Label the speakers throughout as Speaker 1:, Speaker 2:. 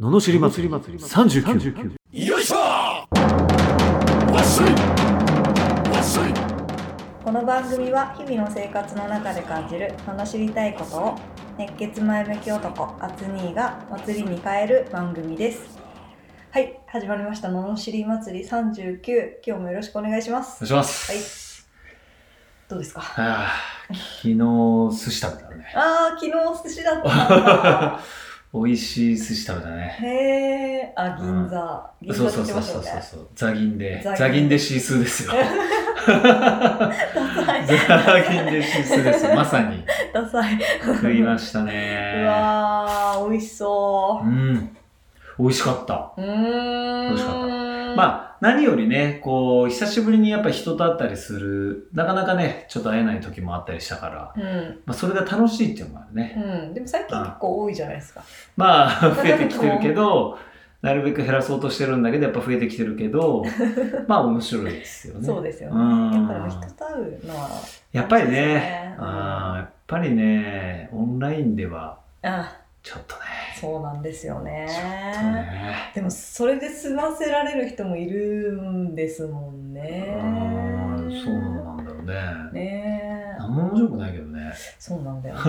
Speaker 1: ののしり祭り39
Speaker 2: よいしょわっしょいわっしょい
Speaker 3: この番組は日々の生活の中で感じる罵りたいことを熱血前向き男アツニーが祭りに変える番組ですはい始まりました罵り祭り39今日もよろしくお願いしま
Speaker 2: お願い
Speaker 3: す
Speaker 2: します、
Speaker 3: どうですか
Speaker 2: はい、あー昨日寿司食べた ね
Speaker 3: あー昨日寿司だったん だ
Speaker 2: 美味しい寿司食べたね
Speaker 3: へえあ銀座銀
Speaker 2: そう
Speaker 3: 座
Speaker 2: そう
Speaker 3: って言って
Speaker 2: そう
Speaker 3: ました
Speaker 2: そうそ
Speaker 3: よ
Speaker 2: うそ
Speaker 3: ね
Speaker 2: うザギンで
Speaker 3: ザギン
Speaker 2: ザギンでシースーですよ
Speaker 3: ダサい
Speaker 2: ザギンでシースーですよまさに
Speaker 3: ダサい
Speaker 2: 食いました
Speaker 3: う
Speaker 2: ね
Speaker 3: わー美味しそう
Speaker 2: うん美味しかった
Speaker 3: うーん
Speaker 2: 美味しかったまあ何よりねこう久しぶりにやっぱ人と会ったりするなかなかねちょっと会えない時もあったりしたから、
Speaker 3: うん
Speaker 2: まあ、それが楽しいっていうのもあるね、
Speaker 3: うん、でも最近結構多いじゃないですか。
Speaker 2: まあ 増えてきてるけどなるべく減らそうとしてるんだけどやっぱ増えてきてるけ どまあ面白いですよね
Speaker 3: そうですよね。
Speaker 2: うん
Speaker 3: やっぱり人と会うのは、
Speaker 2: やっぱり
Speaker 3: そうです
Speaker 2: ね
Speaker 3: ね
Speaker 2: うんやっぱりねオンラインでは
Speaker 3: あ
Speaker 2: ちょっとね
Speaker 3: そうなんですよね。
Speaker 2: そうね
Speaker 3: でもそれで済ませられる人もいるんですもんね。
Speaker 2: うんそうなんだろうね
Speaker 3: ね
Speaker 2: 何も面白くないけどね
Speaker 3: え、そうなんだよ ね。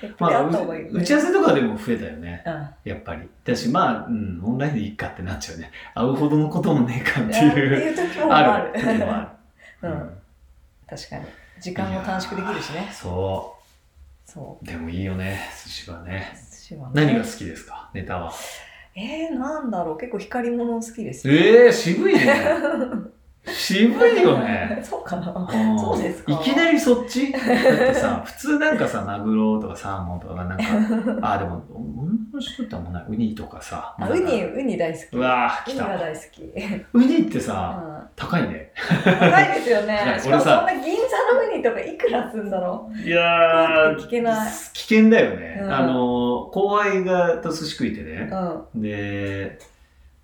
Speaker 3: 結
Speaker 2: まあ
Speaker 3: 局会った方がいいよね、
Speaker 2: う打ち合わせとかでも増えたよね
Speaker 3: うん
Speaker 2: やっぱりだしまあ、うん、オンラインでいいかってなっちゃうね会うほどのこともねえかって
Speaker 3: って
Speaker 2: いう
Speaker 3: いう時もあ
Speaker 2: あ
Speaker 3: る
Speaker 2: る。時もあ
Speaker 3: う
Speaker 2: る、
Speaker 3: ん、 確かに。時間を短縮できるしね。
Speaker 2: そう
Speaker 3: そう。
Speaker 2: でもいいよね、寿司はね。
Speaker 3: 寿司はね
Speaker 2: 何が好きですか、ネタは。
Speaker 3: えー、なんだろう。結構光り物好きですよ。
Speaker 2: ええー、渋い ね。渋いよね。
Speaker 3: そうかな。
Speaker 2: ん
Speaker 3: そうですか
Speaker 2: いきなりそっちだってさ、普通なんかさ、マグロとかサーモンとか なんか、あー、でも、女の人ってあんまない。ウニとかさ。
Speaker 3: あ
Speaker 2: な
Speaker 3: ウ
Speaker 2: んか
Speaker 3: ニ、ウニ大好き。
Speaker 2: うわー、
Speaker 3: ウ
Speaker 2: 来
Speaker 3: ニが
Speaker 2: た。
Speaker 3: 大好き。うん
Speaker 2: ウニってさ、高いね。
Speaker 3: 高いですよ
Speaker 2: いや
Speaker 3: ね。しか
Speaker 2: 俺
Speaker 3: もそん
Speaker 2: さ
Speaker 3: な銀座のウニとかいくらすんだろ
Speaker 2: いや
Speaker 3: 怖くて聞けない
Speaker 2: 危険だよね。
Speaker 3: うん
Speaker 2: あの、後輩がと寿司食いてね。
Speaker 3: う。うん。
Speaker 2: で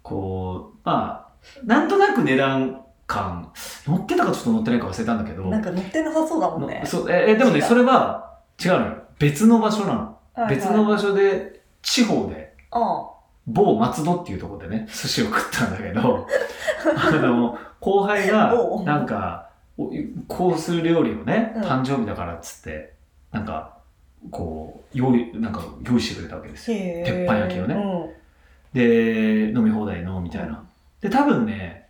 Speaker 2: こうまあなんとなく値段感乗ってたかちょっと乗ってないか忘れたんだけど
Speaker 3: なんか乗ってなさそうだもんね
Speaker 2: の。そうええでもね
Speaker 3: 違う
Speaker 2: それは違うのよ別の場所なの、
Speaker 3: はいはい
Speaker 2: 別の場所で地方で
Speaker 3: う
Speaker 2: 某松戸っていうところでね寿司を食ったんだけ どあの後輩が
Speaker 3: 某
Speaker 2: なんかおこうする料理をね、
Speaker 3: うん
Speaker 2: 誕生日だからっつってなんかこう用意なんか用意してくれたわけですよ
Speaker 3: ん。へー
Speaker 2: 鉄板焼きをね
Speaker 3: うん
Speaker 2: で飲み放題のみたいなで多分ね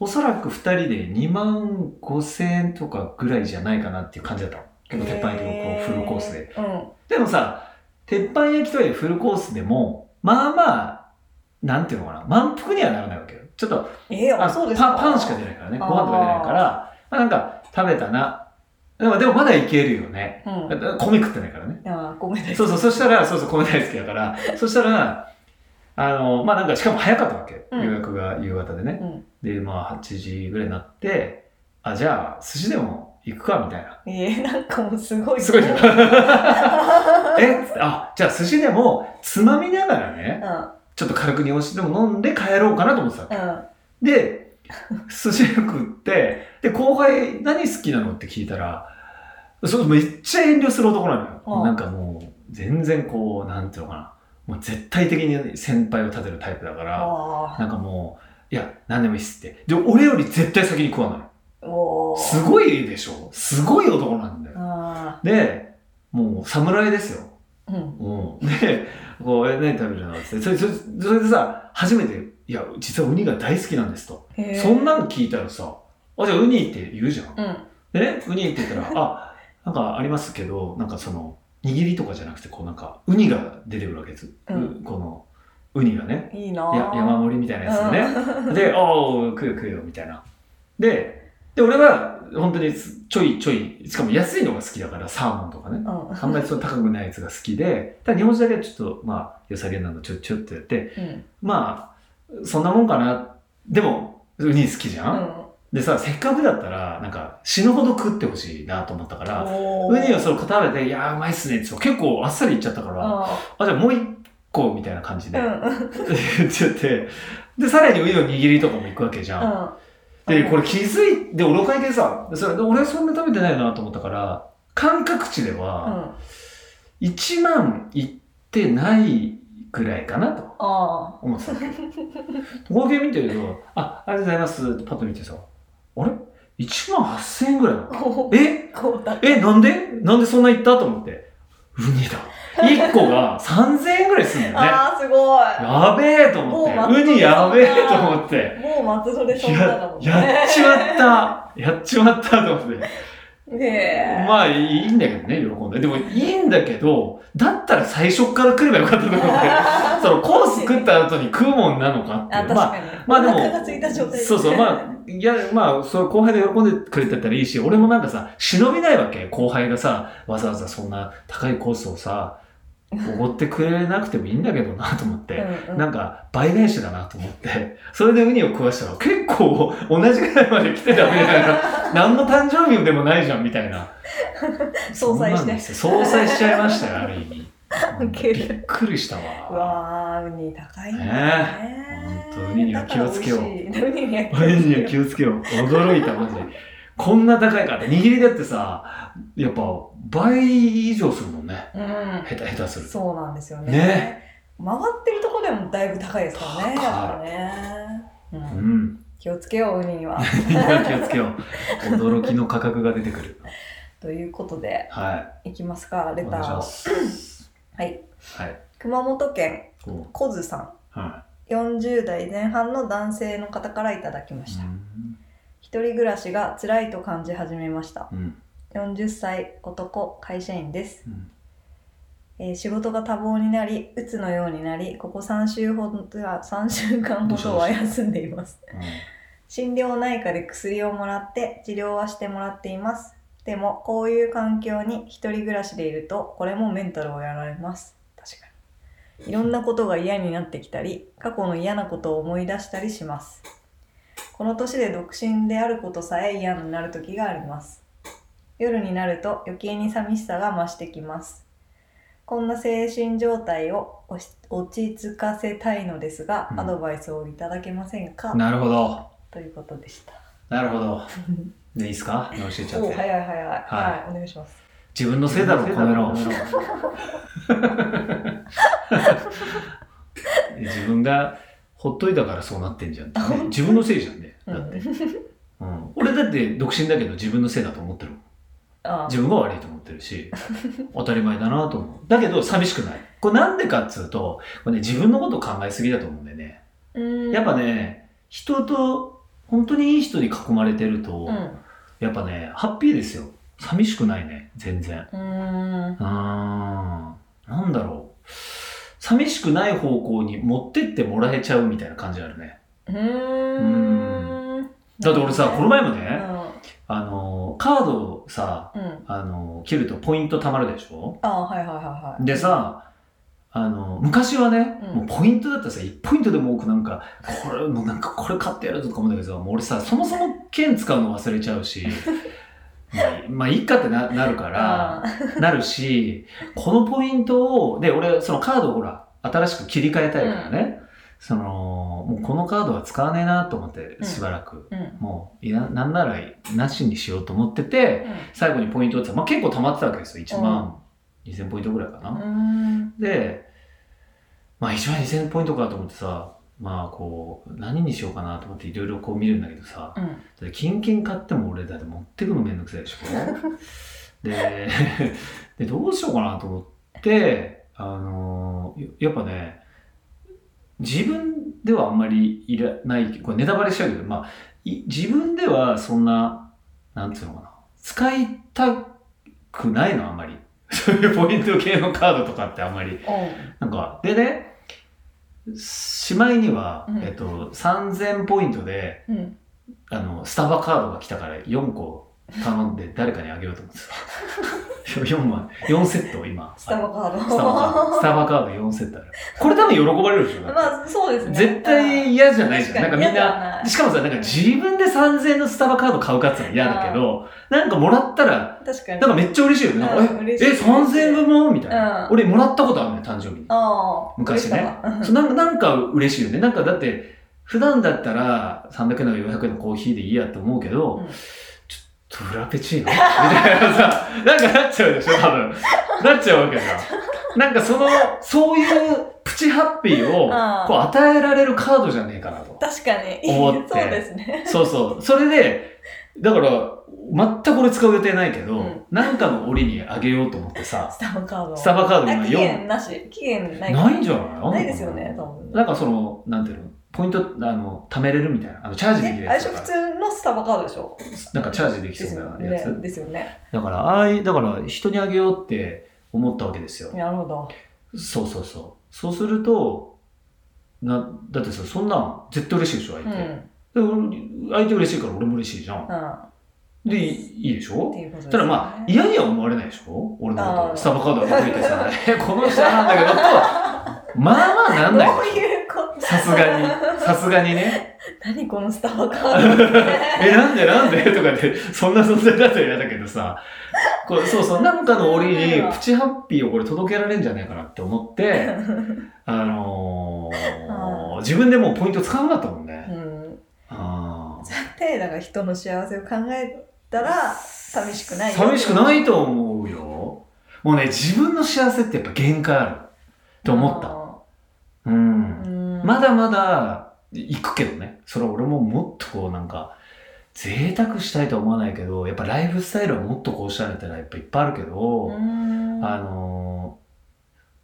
Speaker 2: おそらく2人で2万5千円とかぐらいじゃないかなっていう感じだったの結構鉄板焼きをこ
Speaker 3: へ
Speaker 2: うフルコースで
Speaker 3: うん。は
Speaker 2: でもさ鉄板焼きとはいえフルコースでもまあまあなんていうのかな満腹にはならないわけよちょっと
Speaker 3: えー、
Speaker 2: あ
Speaker 3: あ、そうです
Speaker 2: パンパンしか出ないからねご飯とか出ないからまあ、なんか食べたなでもでもまだいけるよね
Speaker 3: うん。
Speaker 2: だって米食ってないからね
Speaker 3: あー、ごめんなさ
Speaker 2: そ
Speaker 3: い。
Speaker 2: うそう、そしたら、そうそう、米大好きだから、そしたら、あの、まあなんか、しかも早かったわけ。
Speaker 3: うん
Speaker 2: 予約が夕方でね。
Speaker 3: うん
Speaker 2: で、まあ8時ぐらいになって、あ、じゃあ、寿司でも行くか、みたいな。
Speaker 3: えー、なんかもうすごい。
Speaker 2: すごい。
Speaker 3: う
Speaker 2: え
Speaker 3: ん。
Speaker 2: っつってあ、じゃあ寿司でも、つまみながらね、
Speaker 3: う
Speaker 2: ちょっと軽く日本酒でも飲んで帰ろうかなと思ってたわけ。で、寿司食って、で、後輩、何好きなのって聞いたら、そうめっちゃ遠慮する男なのよ。
Speaker 3: うん
Speaker 2: なんかもう、全然こう、なんていうのかな。もう絶対的に先輩を立てるタイプだから、
Speaker 3: あ
Speaker 2: なんかもう、いや、何でもいいっすって。で、俺より絶対先に食わない。
Speaker 3: あ。おお。
Speaker 2: すごいでしょすごい男なんだよ。
Speaker 3: あ
Speaker 2: で、もう、侍ですよ。
Speaker 3: あ。うん。
Speaker 2: うん、で、こう、え、何食べるのって。それ、それそれでさ、初めて、いや、実はウニが大好きなんですと。
Speaker 3: へー
Speaker 2: そんなの聞いたらさ、あ、じゃあウニって言うじゃん。
Speaker 3: うん。
Speaker 2: でね、ウニって言ったら、あ、なんかありますけど、なんかその、握りとかじゃなくて、こうなんか、ウニが出てくるわけです。
Speaker 3: う
Speaker 2: うんこの、ウニがね、
Speaker 3: いいな
Speaker 2: や
Speaker 3: ー。
Speaker 2: 山盛りみたいなやつでね。で、おー、食うよ食うよ、みたいな。で、で、俺は、本当にすちょいちょい、しかも安いのが好きだから、サーモンとかね。
Speaker 3: うん。
Speaker 2: あんまりその高くないやつが好きで、ただ日本酒だけはちょっと、まあ、良さげなのちょ、ちょっとやって、
Speaker 3: うん。
Speaker 2: まあ、そんなもんかな。でも、ウニ好きじゃ
Speaker 3: うんん。
Speaker 2: でさ、せっかくだったら、なんか死ぬほど食ってほしいなと思ったから、
Speaker 3: お
Speaker 2: ウニ
Speaker 3: を。
Speaker 2: をそれ食べて、いやーうまいっすねって言って結構あっさりいっちゃったから、
Speaker 3: う
Speaker 2: あ、じゃあもう一個みたいな感じで
Speaker 3: ん。うん。
Speaker 2: 言っちゃって、で、さらにウニの握りとかも行くわけじゃん。
Speaker 3: うん。
Speaker 2: で、これ気づいて、俺お会計さ、それで俺そんな食べてないなと思ったから、感覚値で
Speaker 3: うん
Speaker 2: は、1万いってないぐらいかなと
Speaker 3: あ
Speaker 2: 思ってたわ け合計見てると「あありがとうございます」ってパッと見てさあれ1万8000円ぐらいなの
Speaker 3: あ。こう、
Speaker 2: え
Speaker 3: こうだ。
Speaker 2: えなんでなんでそんな言ったと思ってウニ だ1個が3000円ぐらいするんだよね
Speaker 3: ああ、すごい。
Speaker 2: やべえと思
Speaker 3: もう
Speaker 2: ってウニやべえと思って
Speaker 3: もう松戸でそんなのもん
Speaker 2: ややっちまっ。た やっちまったと思って。
Speaker 3: ねえ。
Speaker 2: まあいいんだけどね、喜んで。でもいいんだけど、だったら最初から来ればよかったと思っ て。そのコース食った後に食うもんなのかってい
Speaker 3: あ、
Speaker 2: う。
Speaker 3: 確
Speaker 2: まあ
Speaker 3: かに。
Speaker 2: まあでも
Speaker 3: お腹がついた状態で
Speaker 2: そうそう、まあ、いや、まあ、その後輩で喜んでくれてたらいいし、俺もなんかさ、忍びないわけ。後輩がさ、わざわざそんな高いコースをさ、おごってくれなくてもいいんだけどなと思って。
Speaker 3: うんうん
Speaker 2: なんか倍返しだなと思って、それでウニを食わしたら結構同じぐらいまで来てたみたい な、何の誕生日でもないじゃんみたいな。
Speaker 3: 相殺して
Speaker 2: そんなんですよ相殺しちゃいましたよ、ある意 味。
Speaker 3: ウケる
Speaker 2: びっくりした
Speaker 3: う
Speaker 2: わ。
Speaker 3: わー、ウニ高いんだ
Speaker 2: ねえほんとウニには気をつけよう
Speaker 3: だから美味しいウニに
Speaker 2: ウ
Speaker 3: は
Speaker 2: ニには
Speaker 3: 気をつけよ
Speaker 2: 気をつけよう。驚いた、マジで。こんな高いかって、握りだってさ、やっぱ倍以上するもんね。
Speaker 3: う。う
Speaker 2: 下手、下手する
Speaker 3: ん。
Speaker 2: と。
Speaker 3: そうなんですよね。
Speaker 2: ね
Speaker 3: 回ってるとこでもだいぶ高いですからね、
Speaker 2: 高い
Speaker 3: やっぱね。う、
Speaker 2: うんん。
Speaker 3: 気をつけよう、ウニには。
Speaker 2: ウニには気をつけよう。驚きの価格が出てくる。
Speaker 3: ということで、
Speaker 2: はい
Speaker 3: きますか、
Speaker 2: い。
Speaker 3: レ
Speaker 2: お
Speaker 3: タ
Speaker 2: 願いし
Speaker 3: ー
Speaker 2: ま
Speaker 3: を。
Speaker 2: す。
Speaker 3: はい。
Speaker 2: はい。
Speaker 3: 熊本県、
Speaker 2: おう
Speaker 3: コズさん。
Speaker 2: は
Speaker 3: 40代前半の男性の方からいただきま
Speaker 2: い
Speaker 3: した。一人暮らしが辛いと感じ始めました。
Speaker 2: うん。
Speaker 3: 40歳男会社員です。
Speaker 2: うん。
Speaker 3: えー仕事が多忙になり、鬱のようになり、ここ3週ほどは、3週間ほどは休んでいます。診療内科で薬をもらって治療はしてもらっていますでもこういう環境に一人暮らしでいるとこれもメンタルをやられます確かにいろんなことが嫌になってきたり過去の嫌なことを思い出したりしますこの年で独身であることさえ嫌になる時があります夜になると余計に寂しさが増してきますこんな精神状態を落ち落ち着かせたいのですが、
Speaker 2: うん
Speaker 3: アドバイスをいただけませんか
Speaker 2: うんなるほど。
Speaker 3: ということでした。
Speaker 2: なるほど。で、いいっすか教えちゃっ
Speaker 3: お
Speaker 2: て。
Speaker 3: 早い早い早い。はい、お願いします。
Speaker 2: 自分のせいだろ、この野郎。自分がほっといたからそうなってんじゃんってね、自分のせいじゃんね。だって。うん、俺だって独身だけど自分のせいだと思ってるもん
Speaker 3: あ
Speaker 2: 自分が悪いと思ってる し当たり前だなと思うだけど寂しくないこれなんでかっつうとこれ、ね、自分のこと考えすぎだと思うんだよね
Speaker 3: うん
Speaker 2: やっぱ。ね、人と、本当にいい人に囲まれてると、
Speaker 3: うん。
Speaker 2: やっぱね、ハッピーですよ。寂しくないね、全然。
Speaker 3: うーん。
Speaker 2: うーん。なんだろう。寂しくない方向に持ってってもらえちゃうみたいな感じあるね。
Speaker 3: うーん。
Speaker 2: だって俺さ、この前もね、
Speaker 3: の。
Speaker 2: あの、カードをさ、
Speaker 3: うん。うん。
Speaker 2: あの、切るとポイント貯まるでしょ
Speaker 3: あはいはいはいはい。
Speaker 2: でさ、あの、昔はね、
Speaker 3: うん
Speaker 2: もうポイントだったらさ、1ポイントでも多くなんか、これ、もうなんかこれ買ってやるぞとか思うんだけどさ、もう俺さ、そもそも券使うの忘れちゃう し、まあ、まあ、いっかってななるから、
Speaker 3: あ
Speaker 2: なるし、このポイントを、で、俺、そのカードをほら、新しく切り替えたいからね、その、もうこのカードは使わねえなと思って、しばらく。
Speaker 3: ーうん。
Speaker 2: もういな、なんなら、なしにしようと思ってて、最後にポイントって、まあ、結構溜まってたわけですよ。1万2000ポイントぐらいかな。
Speaker 3: うん。
Speaker 2: で、まあ1万2000ポイントかと思ってさ、まあこう、何にしようかなと思っていろいろこう見るんだけどさ、
Speaker 3: うん。
Speaker 2: で金券買っても俺だって持ってくのめんどくさいでしょ で、 で、どうしようかなと思って、あのーややっぱね、自分ではあんまりいらない、これネタバレしちゃうけど、まあ、い自分ではそんな、なんていうのかな、使いたくないの、あんまり。そういうポイント系のカードとかってあんまり。なんか、でね、しまいには、
Speaker 3: うん
Speaker 2: えっと、3000ポイントで、
Speaker 3: うん。うん。
Speaker 2: あの、スタバカードが来たから4個頼んで誰かにあげようと思ってた。4枚、4セ ットを今。
Speaker 3: スタバカード。
Speaker 2: スタバカード。スタバカード4セットある。これ多分喜ばれるでしょ、だって
Speaker 3: まあ、そうですね。
Speaker 2: 絶対嫌じゃないじゃん。
Speaker 3: 確
Speaker 2: な
Speaker 3: か
Speaker 2: ん
Speaker 3: に
Speaker 2: かみん
Speaker 3: 嫌じ
Speaker 2: な、
Speaker 3: ゃない
Speaker 2: しかもさ、なんか自分で3000のスタバカード買うかって言ったら嫌だけど、なんかもらったら、
Speaker 3: 確かに。
Speaker 2: なんかめっちゃ嬉しいよね。なんか
Speaker 3: うん
Speaker 2: え、え、
Speaker 3: 嬉しい
Speaker 2: 3000分もみたいな。
Speaker 3: うん
Speaker 2: 俺もらったことあるのよ、誕生日に。
Speaker 3: ああ。
Speaker 2: 昔ね
Speaker 3: 嬉
Speaker 2: そ
Speaker 3: し
Speaker 2: うなんかなんか嬉しいよね。なんかだって、普段だったら300円の400円のコーヒーでいいやと思うけど、
Speaker 3: うん
Speaker 2: ちょ っとフラペチーノみたいなさ、なんかなっちゃうでしょ、多分。なっちゃうわけじゃん。なんかその、そういうプチハッピーを
Speaker 3: うん
Speaker 2: こう与えられるカードじゃねえかなと。
Speaker 3: 確かに。
Speaker 2: 思って
Speaker 3: そうですね。
Speaker 2: そうそう。それで、だから、全くこれ使う予定ないけど、
Speaker 3: うん
Speaker 2: なんかの折にあげようと思ってさ、
Speaker 3: スタバカード。
Speaker 2: スタバカード
Speaker 3: あ
Speaker 2: 今
Speaker 3: 期
Speaker 2: 4、
Speaker 3: 限なし。期限ない。
Speaker 2: ないんじゃない
Speaker 3: ないですよね、多分。
Speaker 2: なんかその、なんていうのポイント、あの、貯めれるみたいな。あの、チャージできる
Speaker 3: え、あ
Speaker 2: や
Speaker 3: れで
Speaker 2: つ
Speaker 3: しょ
Speaker 2: とか。
Speaker 3: 普通のスタバカードでしょ
Speaker 2: なんかチャージで
Speaker 3: で
Speaker 2: きそ
Speaker 3: すよ
Speaker 2: うなや
Speaker 3: ね
Speaker 2: つ。。
Speaker 3: ですよね。
Speaker 2: だから、ああいう、だから、人にあげようって思ったわけですよ。
Speaker 3: なるほど。
Speaker 2: そうそうそう。そうすると、な、だってさ、そんなん絶対嬉しいでしょ、
Speaker 3: うん。
Speaker 2: 相
Speaker 3: う
Speaker 2: 手。
Speaker 3: ん。
Speaker 2: で俺相手嬉しいから俺も嬉しいじゃん。
Speaker 3: っ
Speaker 2: で、いいでしょ
Speaker 3: ていうことですね。
Speaker 2: ただまあ、嫌には思われないでしょ俺のこ
Speaker 3: あー
Speaker 2: と。スタバカードが届いてさ、え この人なんだけどと、まあまあなんない
Speaker 3: どう
Speaker 2: でしょ
Speaker 3: いうこと
Speaker 2: さすがに、さすがにね。
Speaker 3: 何このスタバカードって
Speaker 2: え、なんでなんでとかって、そんな存在だと嫌だけどさ、こうそうそう、なんかの折に、プチハッピーをこれ届けられんじゃないかなって思 って、あのー、自分でもうポイント使わなかったもんね。
Speaker 3: うん。
Speaker 2: あー
Speaker 3: で、だから人の幸せを考えたら、寂しくないよ
Speaker 2: 寂しくないと思うよ。もうね、自分の幸せってやっぱ限界ある。って思った。
Speaker 3: た。
Speaker 2: うん
Speaker 3: う。ん。
Speaker 2: まだまだ行くけどね。それは俺ももっとこうなんか、贅沢したいとは思わないけど、やっぱライフスタイルはもっとこうしたいみたいなやっぱいっぱいあるけど、
Speaker 3: うん、
Speaker 2: あのー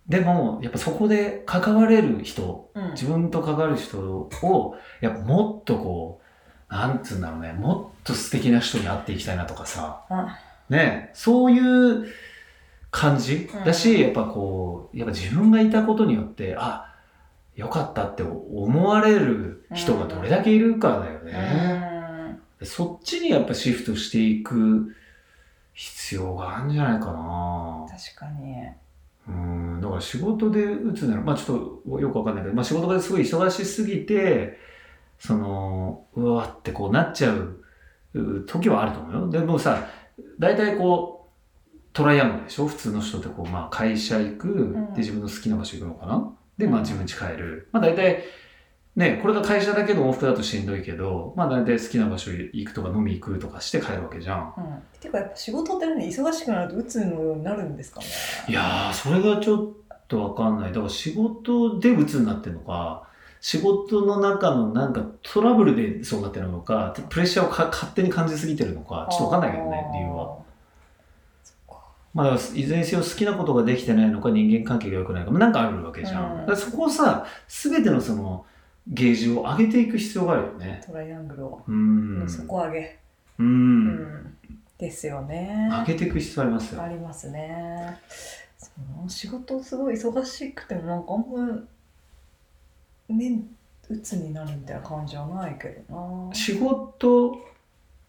Speaker 2: でも、やっぱそこで関われる人、
Speaker 3: うん、
Speaker 2: 自分と関わる人を、やっぱもっとこう、なんつうんだろうね、もっと素敵な人に会っていきたいなとかさ
Speaker 3: うん、
Speaker 2: ね、そういう感じ
Speaker 3: うん
Speaker 2: だし、やっぱこう、やっぱ自分がいたことによって、あ、よかったって思われる人がどれだけいるかだよね。でそっちにやっぱシフトしていく必要があるんじゃないかな
Speaker 3: うん。確かに。
Speaker 2: うんだから仕事で打つなら、まあちょっとよくわかんないけど、まあ仕事がすごい忙しすぎて、その、うわーってこうなっちゃうう時はあると思うよ。でもさ、大体こう、トライアングルでしょ普通の人ってこう、まあ会社行く
Speaker 3: ん、
Speaker 2: で自分の好きな場所行くのかなで、まあ
Speaker 3: うん
Speaker 2: 自分家帰る。まあ大体、ね、これが会社だけの往復だとしんどいけど、まあ大体好きな場所行くとか飲み行くとかして帰るわけじゃん。
Speaker 3: うん、ていうかやっぱ仕事ってね忙しくなると鬱のようになるんですかね
Speaker 2: いやー、それがちょっとわかんない。だから仕事で鬱になってるのか、仕事の中のなんかトラブルでそうなってるのか、プレッシャーをか勝手に感じすぎてるのか、ちょっとわかんないけどね、理由は。まあ、だからいずれにせよ好きなことができてないのか、人間関係が良くないのか、まあなんかあるわけじゃん。
Speaker 3: うん
Speaker 2: だからそこをさ、すべてのその、ゲージを上げていく必要があるよね。
Speaker 3: トライアングルを、
Speaker 2: うん。
Speaker 3: 底上げ、
Speaker 2: う
Speaker 3: うん
Speaker 2: ん。
Speaker 3: ですよね
Speaker 2: 上げていく必要ありますよ
Speaker 3: あ。りますねその仕事すごい忙しくてもなんかあんまね鬱になるみたいな感じはないけどな
Speaker 2: 仕事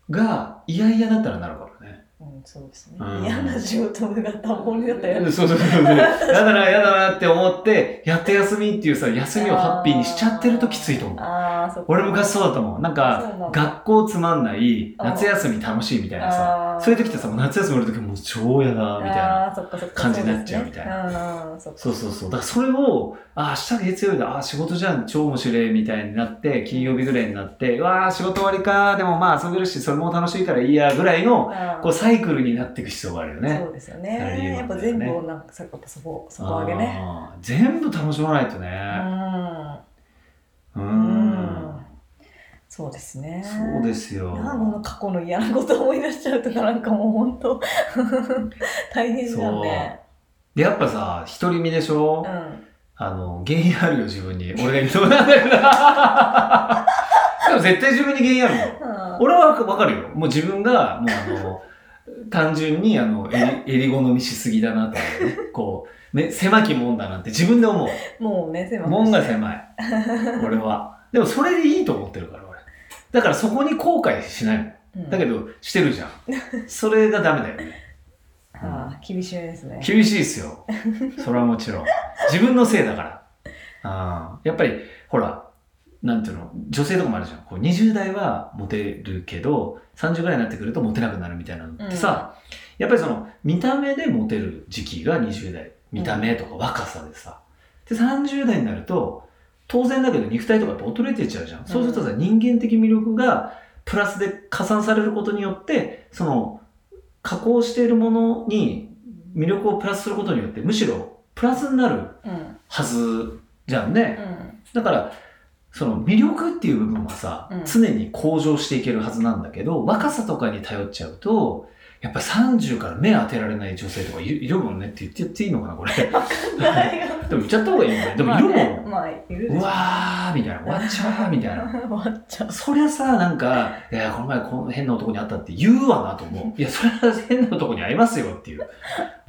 Speaker 2: が嫌々だったらなるからね。
Speaker 3: うんそうですね、
Speaker 2: うん
Speaker 3: 嫌な仕事がたまにだったらやる
Speaker 2: そうそうそうそう。やだな、やだなって思って、やっと休みっていうさ、休みをハッピーにしちゃってるときついと思う。
Speaker 3: あーそっか
Speaker 2: 俺昔そうだったもん。なんか、
Speaker 3: そうなんだ
Speaker 2: 学校つまんない、
Speaker 3: あー
Speaker 2: 夏休み楽しいみたいなさ。
Speaker 3: あー
Speaker 2: そういう時ってさ、もう夏休みの時もう超やだ、みたいな。
Speaker 3: あーそっかそっか
Speaker 2: 感じになっちゃうみたいな
Speaker 3: な。そっか
Speaker 2: そうそうそう。だからそれを、あー、明日月曜日だ、あー、仕事じゃん、超面白いみたいになって、金曜日ぐらいになって、うわー、仕事終わりか、でもまあ遊べるし、それも楽しいからいいや、ぐらいの、
Speaker 3: あー
Speaker 2: こうサイクルになっていく必要があるよね。
Speaker 3: そうですよ
Speaker 2: なる理由
Speaker 3: ね。
Speaker 2: な
Speaker 3: やっ
Speaker 2: ん
Speaker 3: ぱ
Speaker 2: だよ
Speaker 3: 全
Speaker 2: ね
Speaker 3: 部をなんかそこそこそこ上げね。
Speaker 2: あー。全部楽しまないとね。う
Speaker 3: うん。
Speaker 2: ー
Speaker 3: ん
Speaker 2: ん。
Speaker 3: そうですね。
Speaker 2: そうですよ。
Speaker 3: なんかこの過去の嫌なことを思い出しちゃうとかなんかもう本当 大変じゃんね。
Speaker 2: で、やっぱさ、独り身でしょ、
Speaker 3: うん。
Speaker 2: あの、原因あるよ、自分に。俺が言うなんだけど。 でも絶対自分に原因あるの。
Speaker 3: うん
Speaker 2: 俺はわかるよ。もう自分が、もうあの、単純に、あの、えり、えり好みしすぎだなとかね、こう、ね、狭きもんだなって自分で思う。
Speaker 3: もうね、狭
Speaker 2: もん
Speaker 3: い。
Speaker 2: が狭い。俺は。でもそれでいいと思ってるから、俺。だからそこに後悔しないの。
Speaker 3: うん
Speaker 2: だけど、してるじゃん。それがダメだよね。
Speaker 3: あー厳しいですね。
Speaker 2: 厳しいですよ。それはもちろん。自分のせいだから。あーやっぱり、ほら、なんていうの、女性とかもあるじゃん。こう20代はモテるけど、30ぐらいになってくるとモテなくなるみたいなのってさ、やっぱりその、見た目でモテる時期が20代。見た目とか若さでさ。で、30代になると、当然だけど肉体とかやっぱ衰えていっちゃうじゃん。そうするとさ、人間的魅力がプラスで加算されることによって、その、加工しているものに魅力をプラスすることによってむしろプラスになる
Speaker 3: うん
Speaker 2: はずじゃんね。
Speaker 3: うん
Speaker 2: だから、その魅力っていう部分はさ、
Speaker 3: うん
Speaker 2: 常に向上していけるはずなんだけど、若さとかに頼っちゃうと、やっぱ30から目当てられない女性とかいるいるもんねって言ってやっていいのかな、これ。 でも言っちゃった方がいいよね。でもいるもん。
Speaker 3: まあねまあいるで
Speaker 2: う
Speaker 3: しょ
Speaker 2: わーみたいな。終わっちゃうみたいな。
Speaker 3: 終わっちゃう
Speaker 2: そりゃさ、なんか、 いや、この前この変な男に会ったって言うわなと思う。いや、それは変な男に会いますよっていう。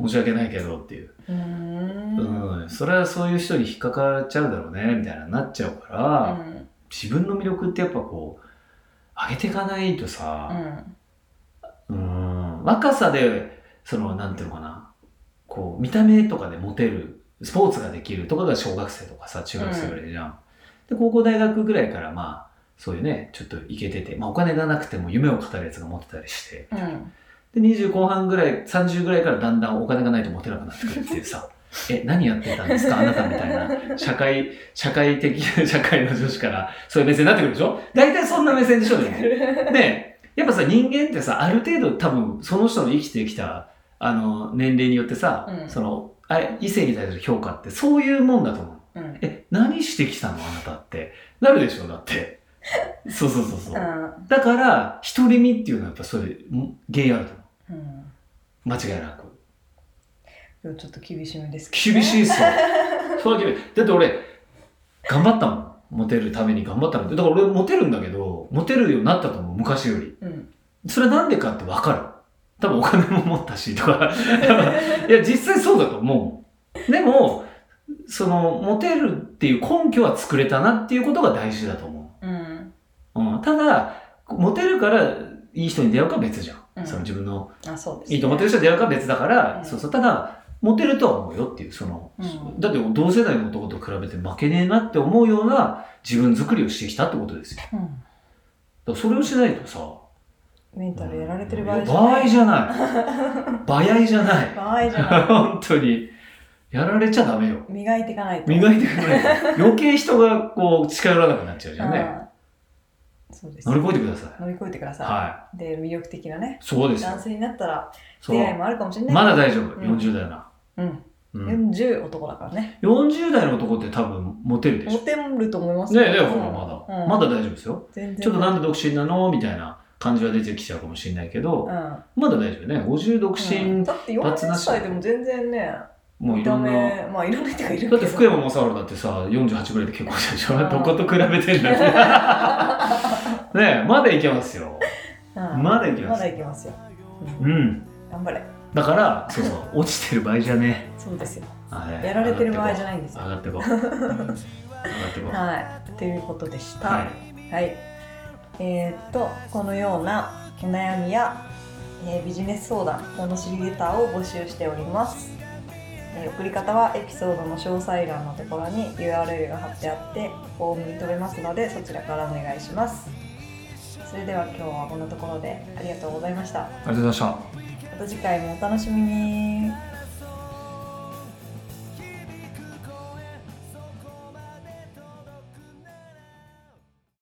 Speaker 2: 申し訳ないけどっていう。
Speaker 3: うーん
Speaker 2: うん。それはそういう人に引っかかっちゃうだろうね、みたいななっちゃうか
Speaker 3: う
Speaker 2: ら、
Speaker 3: ん
Speaker 2: 自分の魅力ってやっぱこう、上げていかないと
Speaker 3: う
Speaker 2: さ、
Speaker 3: ん
Speaker 2: うん。若さで、その、なんていうのかな。こう、見た目とかでモテる、スポーツができるとかが小学生とかさ、中学生ぐらいじゃん。で、高校大学ぐらいからまあ、そういうね、ちょっといけてて、まあお金がなくても夢を語るやつが持ってたりして、
Speaker 3: うん
Speaker 2: で、20後半ぐらい、30ぐらいからだんだんお金がないと持てなくなってくるっていうさ、 え、何やってたんですかあなたみたいな、社会、社会的、社会の女子から、そういう目線になってくるでしょ大体そんな目線でしょでもで、やっぱさ、人間ってさ、ある程度多分、その人の生きてきた、あの、年齢によってさ、
Speaker 3: うん
Speaker 2: その、あれ、異性に対する評価って、そういうもんだと思う。
Speaker 3: うん
Speaker 2: え、何してきたのあなたって。なるでしょだ って。そうそうそうそう。
Speaker 3: うん
Speaker 2: だから、独り身っていうのはやっぱそういう、ん原因あると思
Speaker 3: うん
Speaker 2: う。間違いなく。
Speaker 3: でもちょっと厳しめですけどね
Speaker 2: 厳しいっ すよ。それは厳しい。だって俺、頑張ったもん。モテるために頑張ったのって。だから俺、モテるんだけど、モテるようになったと思う。昔より。
Speaker 3: うん
Speaker 2: それはなんでかってわかる。多分お金も持ったしとか。 いや、実際そうだと思う。でも、その、モテるっていう根拠は作れたなっていうことが大事だと思
Speaker 3: うん
Speaker 2: う。うん、ただ、モテるからいい人に出会うかは別じゃん。
Speaker 3: うん
Speaker 2: その自分の
Speaker 3: あそうですね
Speaker 2: いいと思ってる人に出会うかは別だから、
Speaker 3: うん
Speaker 2: そうそう。ただ、モテるとは思うよっていう、その、
Speaker 3: うん
Speaker 2: だって同世代の男と比べて負けねえなって思うような自分作りをしてきたってことですよ。だ
Speaker 3: うん
Speaker 2: からそれをしないとさ、
Speaker 3: メンタルやられてる場
Speaker 2: い
Speaker 3: 合
Speaker 2: や
Speaker 3: じゃない。
Speaker 2: じゃない。場合じゃない。
Speaker 3: 場合じゃない。
Speaker 2: 本当に。やられちゃダメよ。
Speaker 3: 磨いていかないと。
Speaker 2: 磨いてくれないと。余計人がこう近寄らなくなっちゃうじゃんね。
Speaker 3: うんそうです。
Speaker 2: 乗り越えてください。
Speaker 3: 乗り越えてください。
Speaker 2: は
Speaker 3: で、魅力的なね、
Speaker 2: い。そうですよ
Speaker 3: 男。性になったら
Speaker 2: そう
Speaker 3: 出。会いもあるかもしれない。
Speaker 2: まだ大丈夫。
Speaker 3: うん
Speaker 2: 40代な。
Speaker 3: うん。
Speaker 2: うん。
Speaker 3: 40男だからね。
Speaker 2: 40代の男って多分モテるでし
Speaker 3: モ
Speaker 2: ょ。
Speaker 3: テると思います
Speaker 2: ねえ、ねえ、ほら、まだ。
Speaker 3: うん
Speaker 2: まだ大丈夫ですよ。
Speaker 3: 全然。
Speaker 2: ちょっとなんで独身なのみたいな感じは出てきちゃうかもしれないけど、
Speaker 3: うん。
Speaker 2: まだ大丈夫ね。50独身、
Speaker 3: だって
Speaker 2: 罰
Speaker 3: 40
Speaker 2: なし
Speaker 3: 歳でも全然ね、
Speaker 2: もうい
Speaker 3: ダ
Speaker 2: ろんな。
Speaker 3: メ。まあ、いろんな人がいるけ
Speaker 2: だ
Speaker 3: ど。
Speaker 2: って福山雅治だってさ48ぐらいで結婚したでしょ
Speaker 3: うん
Speaker 2: どこと比べてんだって ねえまだいけますよ
Speaker 3: うん
Speaker 2: まだいけま
Speaker 3: ますだいけますよ。う
Speaker 2: うんん
Speaker 3: 頑張れ。
Speaker 2: だからそうそう落ちてる場合じゃね
Speaker 3: そうですよ。
Speaker 2: え
Speaker 3: やられてる場合じゃないんですよ。
Speaker 2: 上がってこう上がって こう上がってこ
Speaker 3: はい。ということでし
Speaker 2: う
Speaker 3: た。
Speaker 2: はい
Speaker 3: はい。えーっと、このようなお悩みや、えービジネス相談、物知りレターを募集しております。えー送り方はエピソードの詳細欄のところに URL が貼ってあって、フォームに飛べますので、そちらからお願いします。それでは今日はこんなところでありがとうございました。
Speaker 2: ありがとうございました
Speaker 3: また次回もお楽しみに。